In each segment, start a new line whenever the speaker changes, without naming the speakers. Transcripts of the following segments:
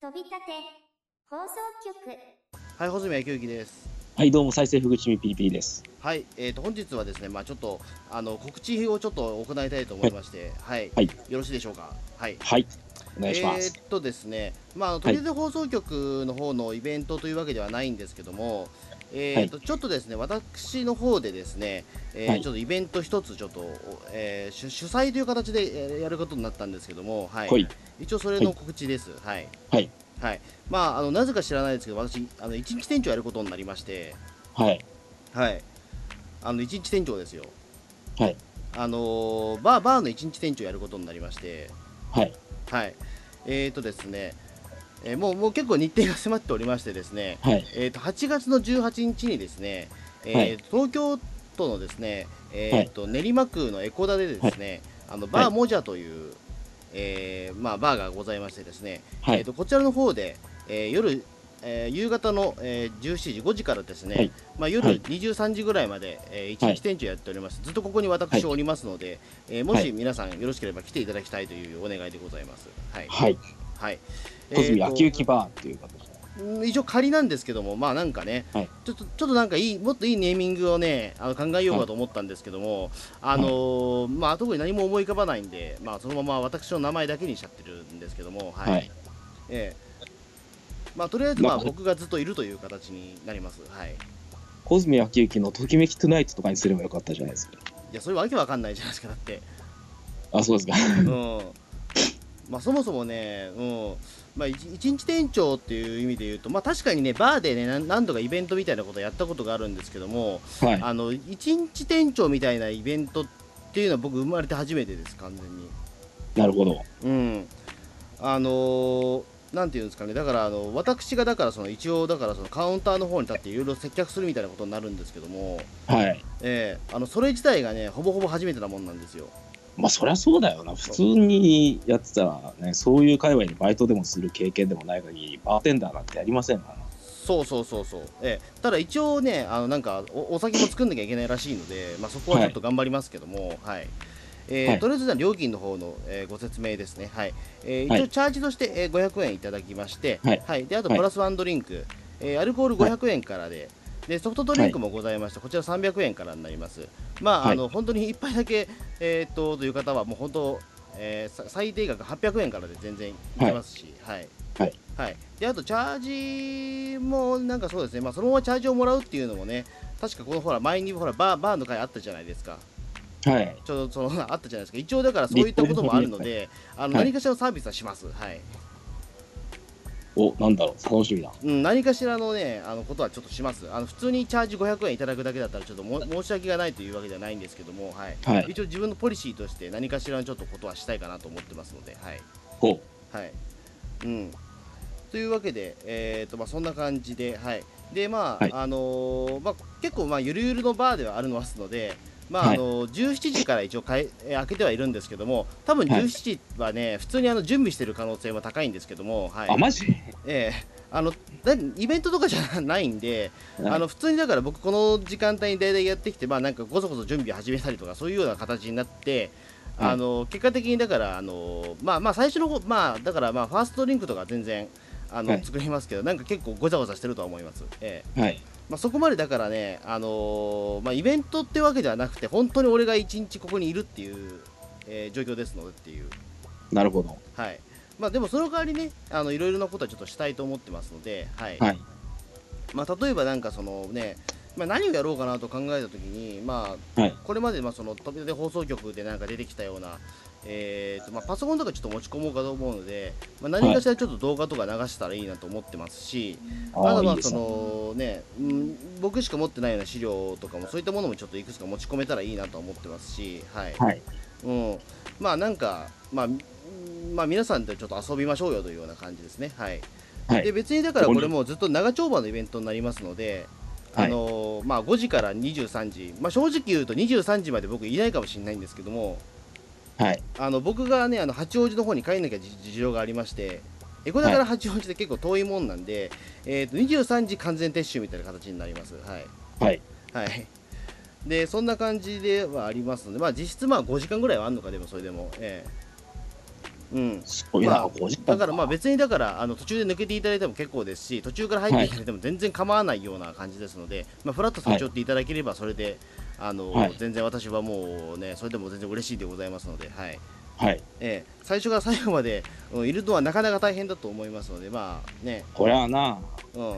飛び立て放送局
はい、穂積昭之です。
はい、どうも、再生福口みピーピーです。
はい、えっ、と、本日はですね、まあ、ちょっと、あの、告知をちょっと行いたいと思いまして。はい、
はい
よろしいでしょうか。はい。
はい、お願いします。
えーっとですね、まあ、とりあえず放送局の方のイベントというわけではないんですけども、えーっとちょっとですね、私の方でですね、えー
はい
ちょっとイベント一つちょっと、えー主主催という形でえーやることになったんですけども、はい
はい
一応それの告知です。はい。
はい。
はいまあ、あのなぜか知らないですけど、私、あの一日店長やることになりまして、
はい、
はい、あの一日店長ですよ。
はい、
あのーバーバーの一日店長やることになりまして、
はい、
はい、えーとですね、えーもうもう結構日程が迫っておりましてですね、
はい、
えーと8月の18日にですね、えー
はい
東京都のですね、えーと練馬区の江古田でですね、あのバーモジャという、えーまあ、バーがございましてですね、
は
えー、
い、
とこちらの方で、えー夜、えー夕方の、えー17時5時からですね、
はい
まあ、夜
はい
23時ぐらいまで、えー一
は
日
い
店長やっております、ずっとここに私おりますので、えーも
は
し
い
皆さんよろしければ来ていただきたいというお願いでございます。はい、
はい、
はい
小
えー
泉
と
秋行バーっていう形で。
うん一応仮なんですけども、まあなんかね、
はい
ちょっとちょっとなんかいい、もっといいネーミングをね、あの考えようかと思ったんですけども、あのーまあ特に何も思い浮かばないんで、まあそのまま私の名前だけにしちゃってるんですけども、はい。
はい
ええまあとりあえずまあ
まあ
僕がずっといるという形になります。はい。い
小泉秋行のときめきトゥナイトとかにすればよかったじゃないですか。
や、そういうわけわかんないじゃないですか、だ って。
あ、そうですか。
うん。まあそもそもね、うん。まあ一一日店長っていう意味で言うと、まあ確かにね、バーでね、なん何度かイベントみたいなことやったことがあるんですけども、
はい、
あの一日店長みたいなイベントっていうのは僕生まれて初めてです完全に
なるほど。
うんあのーなんていうんですかねだからあの私がだからその一応だからそのカウンターの方に立っていろいろ接客するみたいなことになるんですけども、
はい。
ええあのそれ自体がねほぼほぼ初めてなもんなんですよ
まあ、そりゃそうだよな。普通にやってたら、ね、そういう界隈でバイトでもする経験でもない限り、バーテンダーなんてやりませんから。
そうそうそうそう、ええただ一応ねあのなんかおお酒も作んなきゃいけないらしいので、まあ、そこはちょっと頑張りますけども、はいえー
はい
とりあえずじゃあ料金の方の、えーご説明ですね、はいえー
は
一応
い
チャージとして、えー500円いただきまして、
はい
であと
はい
プラスワンドリンク、えーアルコール500円からで。でソフトドリンクもございまして、こちら300円からになります。まあ、
はい
あの本当に一杯だけ、えーっとという方は、もう本当、えーさ最低額800円からで全然いけますし、はい、
はい
はい、であとチャージもなんかそうですね、まあ、そのままチャージをもらうっていうのもね、確かこのほら前にほらバーバーの会あったじゃないですか、
はい。
ちょうどそのあったじゃないですか、一応だからそういったこともあるので、あの
はい
何かしらのサービスはします、はい
お、なんだろう。楽しみだ。
うん、何かしらのね、あのことはちょっとします、あの普通にチャージ500円いただくだけだったら、ちょっとも申し訳がないというわけではないんですけども、はい
はい。
一応自分のポリシーとして、何かしらのちょっとことはしたいかなと思ってますので。はい
ほう。
はい。うん。というわけで、えーとまあ、そんな感じで、はい。で、まあ、
はい
あのーまあ、結構、まあ、ゆるゆるのバーではあるますので、まあ、
は
あ
い
のー17時から一応開えー開けてはいるんですけども、多分
はい
17時はね、普通にあの準備してる可能性も高いんですけども、はい。
あ、マジ
ええあのだイベントとかじゃないんで、
はい
あの普通にだから僕この時間帯に大体やってきてまあなんかごそごそ準備始めたりとかそういうような形になって、
はい
あの結果的にだからあのまあまあ最初の方まあだからまあファーストドリンクとか全然あの、
はい
作りますけどなんか結構ごちゃごちゃしてるとは思います。ええ
はい。
まあそこまでだからねあのまあイベントってわけではなくて本当に俺が一日ここにいるっていう、えー状況ですのでっていう
なるほど。
はい。まあでもその代わりね、あのいろいろなことはちょっとしたいと思ってますので、はい。
はい。
まあ例えばなんかそのね、まあ何をやろうかなと考えたときに、まあ、
はい
これまでまあその飛び出放送局でなんか出てきたような。えーとまあ、パソコンとかちょっと持ち込もうかと思うので、まあ、何かしらちょっと動画とか流したらいいなと思ってますし、あ
あ
と
あ、い
まあ
いです
そ
ね。
のね、うん、僕しか持ってないような資料とかもそういったものもちょっといくつか持ち込めたらいいなと思ってますし、はい、
はい。
うん、まあなんか、まあ、うんまあ皆さんでちょっと遊びましょうよというような感じですね。はい。
は
で
い。
別にだからこれもうずっと長丁場のイベントになりますので、
はい
あのーまあ5時から23時、まあ正直言うと23時まで僕いないかもしれないんですけども、
はい。
あの僕がねあの八王子の方に帰んなきゃじ事情がありまして。江古田から八王子で結構遠いもんなんで、えー、と23時完全撤収みたいな形になります。はい
はい。
はい。で、そんな感じではありますので、まあ実質まあ5時間ぐらいはあるのか、でもそれでも。ええうん、
すごいな、
まあ
50
だからまあ別にだからあの途中で抜けていただいても結構ですし途中から入っていただいても全然構わないような感じですので、まあ、フラット立ち寄っていただければそれで、あの
はい
全然私はもうねそれでも全然嬉しいでございますので、はい
はい。
ええ最初から最後まで、うんいるのはなかなか大変だと思いますのでまあね
これはな、
うん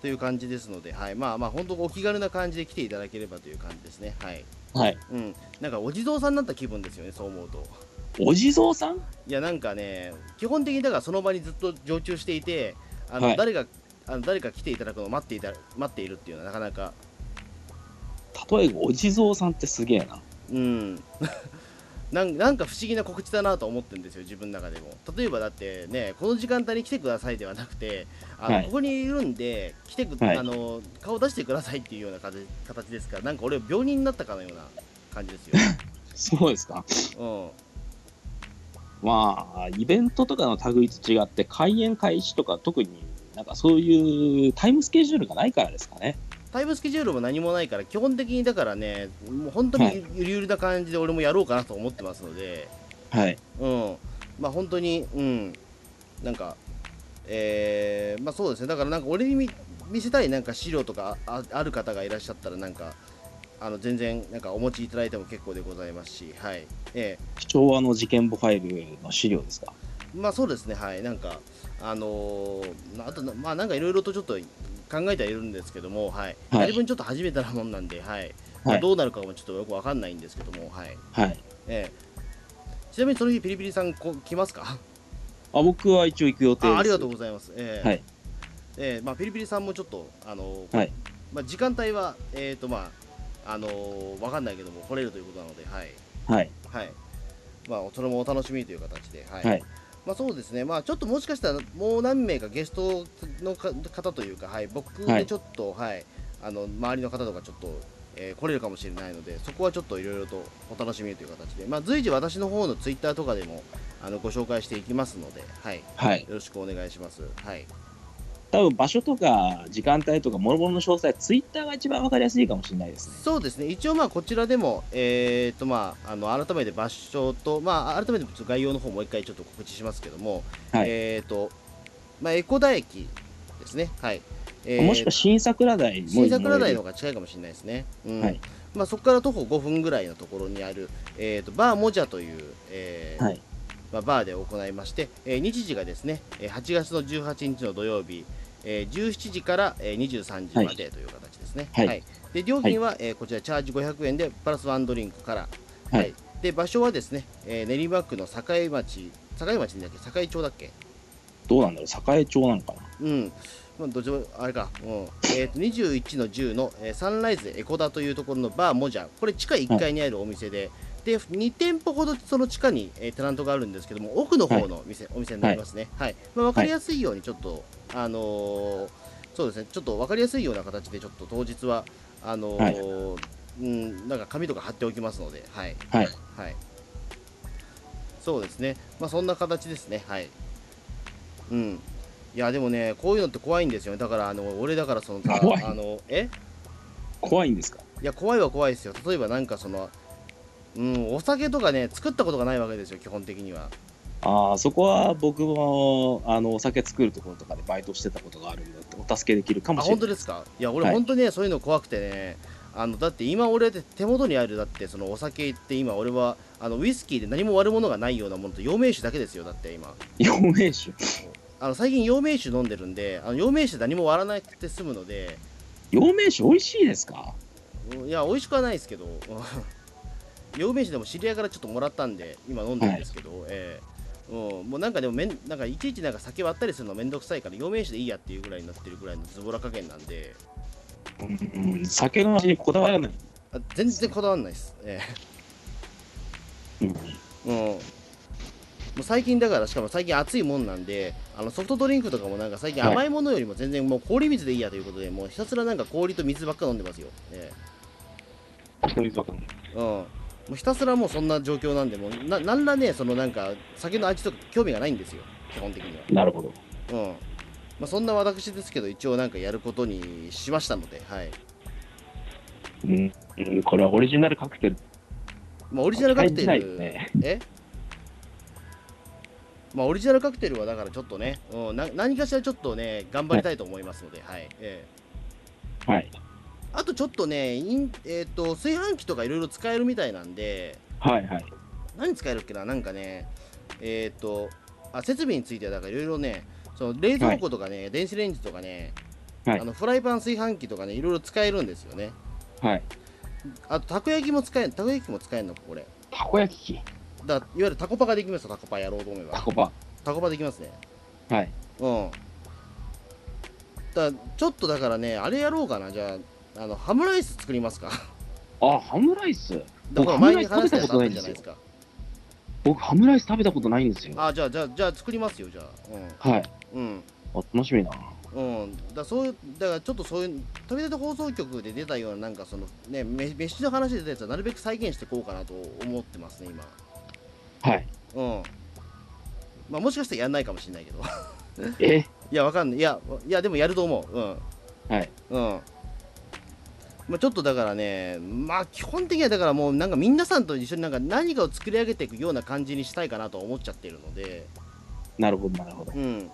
という感じですので、はい、まあまあ本当お気軽な感じで来ていただければという感じですねはい、
はい。
うん、なんかお地蔵さんになった気分ですよねそう思うと。
お地蔵さん
いやなんかね基本的にだからその場にずっと常駐していてあの、
はい
誰があの誰か来ていただくのを待っていた待っているっていうのはなかなか
例えばお地蔵さんってすげえな。
うん なんなんか不思議な告知だなと思ってるんですよ自分の中でも例えばだってねこの時間帯に来てくださいではなくてあの、
はい
ここにいるんで来てく、
はい
あの顔出してくださいっていうような形形ですからなんか俺病人になったかのような感じです
そうですか。
よ、
まあ、イベントとかの類と違って、開演開始とか特になんかそういうタイムスケジュールがないからですかね。
うん、タイムスケジュールも何もないから基本的にだからねもう本当
は
に
い
ゆるゆるな感じで俺もやろうかなと思ってますので、
はい。
うん、まあ本当に、うん、なんか、えーまあそうですね、だからなんか俺に見見せたいなんか資料とかあある方がいらっしゃったら、なんか、あの全然なんかお持ちいただいても結構でございますし、はい、え
昭和の事件簿ファイルの資料ですか。
えまあそうですね、はい、なんか、あのーまああとな、まあなんかいろいろとちょっと考えてはいるんですけども、はい、
はい
自分ちょっと始めたらもんなんで、はい、まあ
はい
どうなるかもちょっとよくわかんないんですけども、はい、
はい。
ええちなみにその日、ピリピリさんこ来ますか
あ僕は一応行く予定です。
あありがとう
う。
ございます。ええ
はい
ええまあ、ピリピリさんもちょっと、あの
はい
まあ、時間帯は、えーとまああのわかんないけども、来れるということなので、はい
はい。
はいまあ、それもお楽しみという形で、はい
はい。
まあ、そうですね、まあ、ちょっともしかしたら、もう何名かゲストのか方というか、はい、僕
は
で
い
ちょっと、はいあの周りの方とかちょっと、えー来れるかもしれないので、そこはちょっといろいろとお楽しみという形で、まあ、随時、私の方のツイッターとかでもあのご紹介していきますので。はい
はい。
よろしくお願いします。はい。
多分場所とか時間帯とか諸々の詳細、ツイッターが一番わかりやすいかもしれないですね。
そうですね。一応まあこちらでもえっ、とまああの改めて場所とまあ改めてちょっと概要の方もう一回ちょっと告知しますけども、
はい
えっ、とまあエコダ駅ですね。はい。えー
もしくは新桜台も
新桜台の方が近いかもしれないですね。うん
はい
まあそこから徒歩5分ぐらいのところにあるえっ、とバーモジャという、えー
はい。
まあ、バーで行いまして、えー日時がですね、えー8月の18日の土曜日、えー17時から、えー23時までという形ですね。
はい
で料金は、えーこちらチャージ500円でプラスワンドリンクから、
はい
で場所はですね、えー練馬区の栄町栄町だっけ栄町だっけ
どうなんだろう、栄町なのかな。
うん、まあ、どっちもあれか、うんえー、と21の10の、えーサンライズエコダというところのバーモジャこれ地下1階にあるお店で、で2店舗ほどその地下に、えーテナントがあるんですけども奥の方の店、お店になりますね、はいまあ、分かりやすいようにちょっと、あのーそうですねちょっと分かりやすいような形でちょっと当日はあのーうん、なんか紙とか貼っておきますので、はい
はい。
はい、そうですね、まあ、そんな形ですね、はい。うん、いや、でもね、こういうのって怖いんですよね、だから、あの俺だから、そのさ
怖い
あの、え
怖いんですか
いや、怖いは怖いですよ、例えばなんか、その、うん、お酒とかね、作ったことがないわけですよ、基本的には。
ああ、そこは僕も、あの、お酒作るところとかでバイトしてたことがあるんで、お助けできるか
あ、
もしれ
本
な
当
い。
ですかいや、俺、
はい
本当ね、そういうの怖くてね、あのだって今、俺、手元にある、だって、そのお酒って、今、俺は、あのウイスキーで何も悪者がないようなものと、陽明酒だけですよ、だって、今。
陽明酒。
あの最近陽明酒飲んでるんであの陽明酒何も割らなくて済むので
陽明酒美味しいですか
うんいや美味しくはないですけどうん 陽明酒でも知り合いからちょっともらったんで今飲んでるんですけど、ええうん、もうなんかでもめんなんかいちいちなんか酒割ったりするのめんどくさいから陽明酒でいいやっていうぐらいになってるぐらいのズボラ加減なんで
うん、うん酒の味にこだわらない。
あ全然こだわんないです、え
うん
えうん、もう最近だからしかも最近暑いもんなんであのソフトドリンクとかもなんか最近甘いものよりも全然もう氷水でいいやということでもうひたすらなんか氷と水ばっか飲んでますよ、ええ
そういうことね
うん、もうひたすらもうそんな状況なんで、もうななんらね、そのなんか、酒の味とか興味がないんですよ、基本的には。
なるほど。
うんまあ、そんな私ですけど、一応なんかやることにしましたので、はい
うん、うんこれはオリジナルカクテル。
まあ、オリジナルカクテ
期待しない
ル、
です
え
ね
まあ、オリジナルカクテルはだからちょっとね、うん、な何かしらちょっとね、頑張りたいと思いますので、はい。ええ
はい。
あとちょっとね、インえっと炊飯器とかいろいろ使えるみたいなんで、
はいはい。
何使えるっけな、なんかね、えっ、とあ、設備についてはだからいろいろね、その冷蔵庫とかね、電子レンジとかね、
はい
あのフライパン炊飯器とかね、いろいろ使えるんですよね。
はい。
あと、たこ焼きも使えたこ焼きも使えるのか、これ。
たこ焼き器、
だからいわゆるタコパができますよ、タコパやろうと思えば。
たこパ
タコパできますね。
ン。はい。
うん。だちょっとだからね、あれやろうかな、じゃあ、あのハムライス作り ますか。
あ、ハムライス。
だから
僕ハム
前
ラ
に
イス
話
食べ
したやつあっ
たことな
た
いん
じ
で
ゃない
すよ
です。か。
僕、ハムライス食べたことないんですよ。
あ、じゃあ、じゃあ、じゃあ作りますよ、じゃあ。
はい。
うん。うん。
あ楽しみな。
うん、だそういうだからちょっとそういう飛び出た放送局で出たようななんかそのねめ飯の話で出たやつはなるべく再現していこうかなと思ってますね
はい。
今うんまあもしかしたらやんないかもしれないけど
え
いやわかんないいやいやでもやると思ううん
はい。
うん。まあ、ちょっとだからね、まあ基本的にはだからもうなんか皆さんと一緒になんか何かを作り上げていくような感じにしたいかなと思っちゃってるので、
なるほど、なるほど。
うん。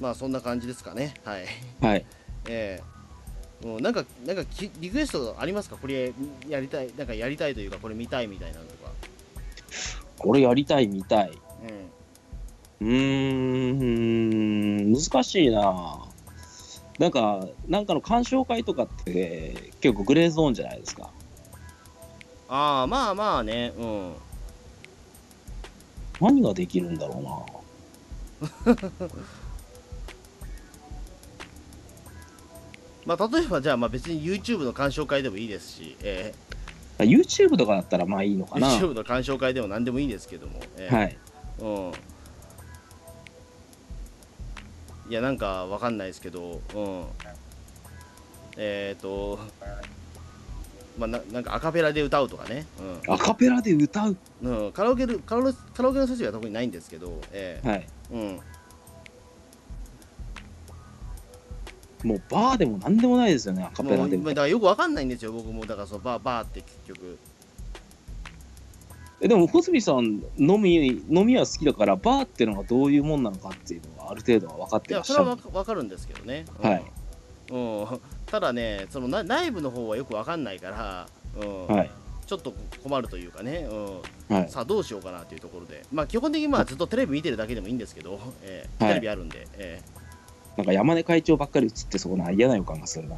まあそんな感じですかね。はい。
はい。
ええうんなんか、なんかきリクエストありますかこれやりたい、なんかやりたいというか、これ見たいみたいなのとか。
これやりたい、見たい。
うん。
うーん、難しいな。なんか、なんかの鑑賞会とかって、結構グレーゾーンじゃないですか。
ああ、まあまあね、うん。
何ができるんだろうな。
まあ例えばじゃあ、まあ別に YouTube の鑑賞会でもいいですし、え
YouTube とかだったらまあいいの
え
かな。
YouTube の鑑賞会でも何でもいいですけども。ええ
はい。
うん。いや、なんかわかんないですけど、うん。えっ、ー、と、まあな、なんかアカペラで歌うとかね、
アカペラで歌う。
うん。うん、カラオケるカラオカラオケの設備は特にないんですけど、え
はい。
えうん。
もうバーでも何でもないですよね、アカペ
も
ラ
う
で
今
も
だ。からよくわかんないんですよ、僕も。だからそのバー、バーって結局。
えでも、小杉さん、飲み、飲みは好きだから、バーってのがどういうもんなのかっていうのは、ある程度は分かっ
い
てら
や、
っし
そ
ゃ
れ
る。
はわかわかるんですけどね。うん
はい。
うん。ただね、そのな内部の方はよくわかんないから、うん。
はい。
ちょっと困るというかね、うん。
はい。
さあどうしようかなというところで、まあ、基本的にまあずっとテレビ見てるだけでもいいんですけど、えー
はい
テレビあるんで、え
なんか山根会長ばっかり映ってそうな嫌な予感がするな。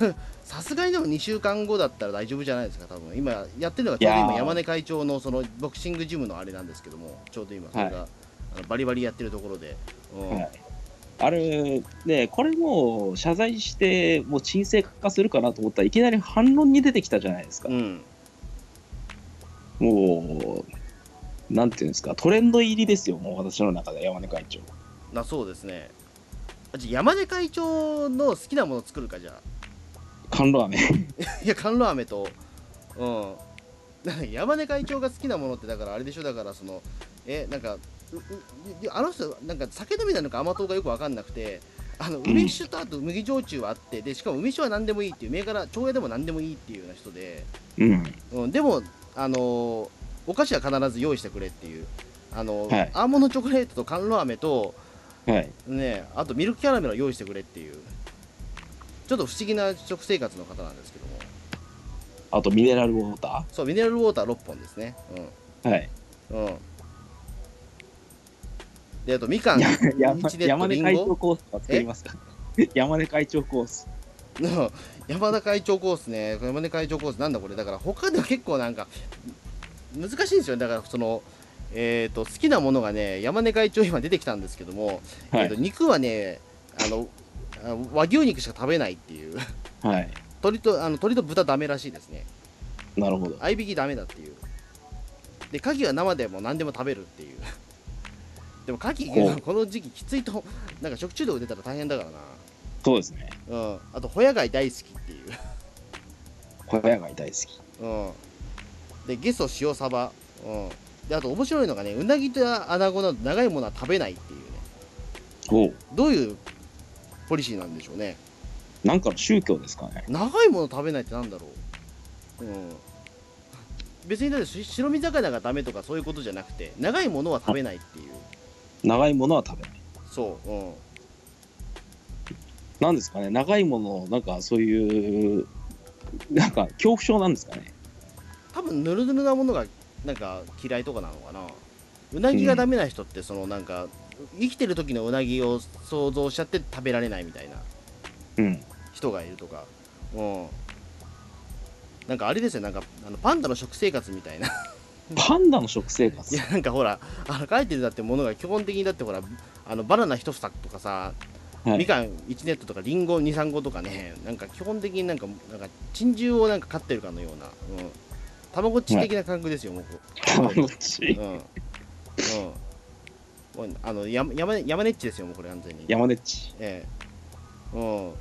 ーさすがにでも2週間後だったら大丈夫じゃないですか、多分今やってるのがちょうど
い
今、
やー
山根会長のそのボクシングジムのあれなんですけども、ちょうど今、それが、あのバリバリやってるところで、うん
はいあれ、ね、これもう謝罪して、もう沈静化するかなと思ったらいきなり反論に出てきたじゃないですか
う。ん、
もう、なんていうんですか、トレンド入りですよ、もう私の中で、山根会長。
なそうですね。あじゃあ山根会長の好きなもの作るか、じゃあ。
甘露飴。
いや、甘露飴と、うん。山根会長が好きなものってだからあれでしょだからそのえなんかうううあの人なんか酒飲みなのか甘党がよく分かんなくてあの
ん
梅酒とあと麦焼酎はあってでしかも梅酒は何でもいいっていう銘柄長屋でも何でもいいっていうような人で、
うん。
うん、でもあのーお菓子は必ず用意してくれっていうあの、
はい
アーモンドチョコレートと甘露飴と
はい。
ねあとミルクキャラメルは用意してくれっていうちょっと不思議な食生活の方なんですけども
あと、ミネラルウォータ
そうミネラルウォーター6本ですねうん
ー。はい。
うん。で、あと、みかん、
山
日ネット
山
リ
根
ン
会長
ゴ
コースとか作りますか山根会長コース。
うん山田会長コースね、これ山田会長コース、なんだこれ、だから、他では結構なんか、難しいんですよね、だから、その、えー、と好きなものがね、山根会長、今出てきたんですけども、
は
えー、
い
と。肉はねあの、あ和牛肉しか食べないっていう、
はい。
鶏とあの鶏と豚ダメらしいですね、
なるほど。
合いびきダメだっていう、で、牡蠣は生でも何でも食べるっていう、 でも、牡
ほ
蠣
う
この時期、きついと、なんか食中毒出たら大変だからな。
そうですね。
うん、あとホヤ貝大好きっていう、
小屋が大好き。
うん、でゲソ塩サバ、うん、であと面白いのがねうなぎとアナゴなど長いものは食べないっていうね
おう
どういうポリシーなんでしょうね
なんかの宗教ですかね。
長いもの食べないってなんだろう、うん、別にだってし白身魚がダメとかそういうことじゃなくて長いものは食べないっていう
長いものは食べない。
そう、うん、
なんですかね、長いもの、なんかそういう、なんか恐怖症なんですかね。
多分ぬるぬるなものがなんか嫌いとかなのかなうなぎがダメな人ってそのなんか生きてる時のうなぎを想像しちゃって食べられないみたいな
うん。
人がいるとかうんなんかあれですよなんかあのパンダの食生活みたいな
パンダの食生
い
活
や。なんかほらあの書いてるだってものが基本的にだってほらあのバナナ一房とかさ、
はい
みかん1ネットとかりんご23個とかねなんか基本的になんかなんか珍獣をなんか飼ってるかのようなうんたまごっち的な感覚ですよ、もうこう
楽しい。
うん。うん。もうあの山山根山根っちですよ、もうこれ完全に。
山根っち。
ええ。うん。も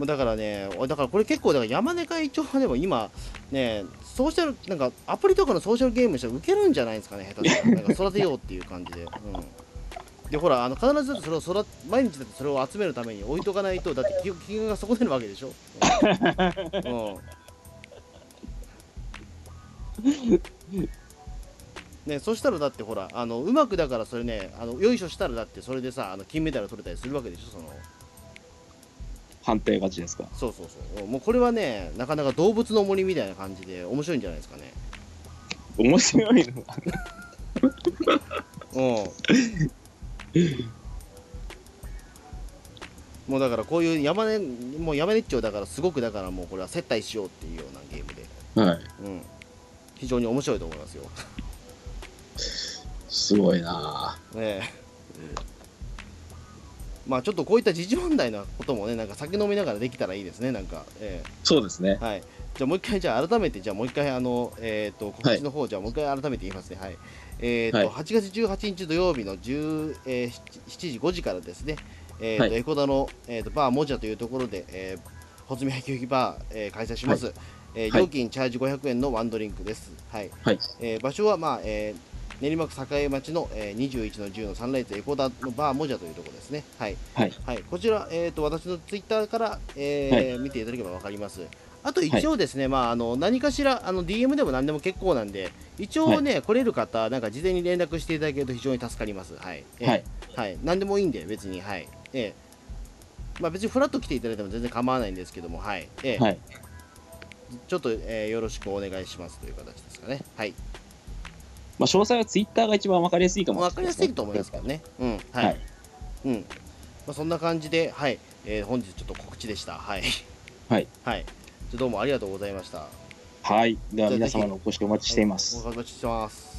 うだからね、おだからこれ結構、だから山根会長はでも今、ね、ソーシャル、なんかアプリとかのソーシャルゲームにしたらウケるんじゃないですかね、下手したら。なんか育てようっていう感じで。うん。で、ほら、あの必ずだってそれを育て毎日だってそれを集めるために置いとかないと、だって金額がそこでるわけでしょ。うん。うんね、そしたらだってほらあのうまくだからそれねあのよいしょしたらだってそれでさあの金メダル取れたりするわけでしょその
判定勝ちですか。
そうそうそうもうこれはねなかなか動物の森みたいな感じで面白いんじゃないですかね
面白いの。
うんもうだからこういう山根もう山根っちょだからすごくだからもうこれは接待しようっていうようなゲームで、
はい。
うん、非常に面白いと思いますよ
すごいな
ねえまあちょっとこういった時事問題なこともね、なんか酒飲みながらできたらいいですね、なんか。え
そうですね
え。はい。じゃあもう一回、じゃあ改めて、じゃあもう一回、あの、えっ、と、告知の方、じゃあもう一回改めて言いますね。はい。えっ、と、
はい
8月18日土曜日の10、えー7時5時からですね、えっ、と、
はい
エコダの、えー、とバーモジャというところで、えー、ほつみ焼きうきバー、えー開催します。えー
はい
料金チャージ500円のワンドリンクです。はい。
はい。
えー場所は、まあえー練馬区栄町の、えー21の10のサンライズエコダのバーモジャというところですね。はい。
はい。
はい、こちら、えー、と私のツイッターから、えー見ていただければわかります。あと一応ですね、まあ、あの何かしらあの DM でも何でも結構なんで、一応ね、来れる方、なんか事前に連絡していただけると非常に助かります。はい。えー
はい。
はい、何でもいいんで、別に、はい。えーまあ、別にフラッと来ていただいても全然構わないんですけども、はい。えー
はい。
ちょっと、えーよろしくお願いしますという形ですかね。はい。
まあ、詳細はツイッターが一番わかりやすいかも
分かりやすいと思いますけどね。うん、はい。
はい
うん。まあ、そんな感じで、はい、えー本日ちょっと告知でした。はい。
はい。
はい。じゃあどうもありがとうございました。
はい。では皆様のお越しお待ちしています
お。待ちしてます。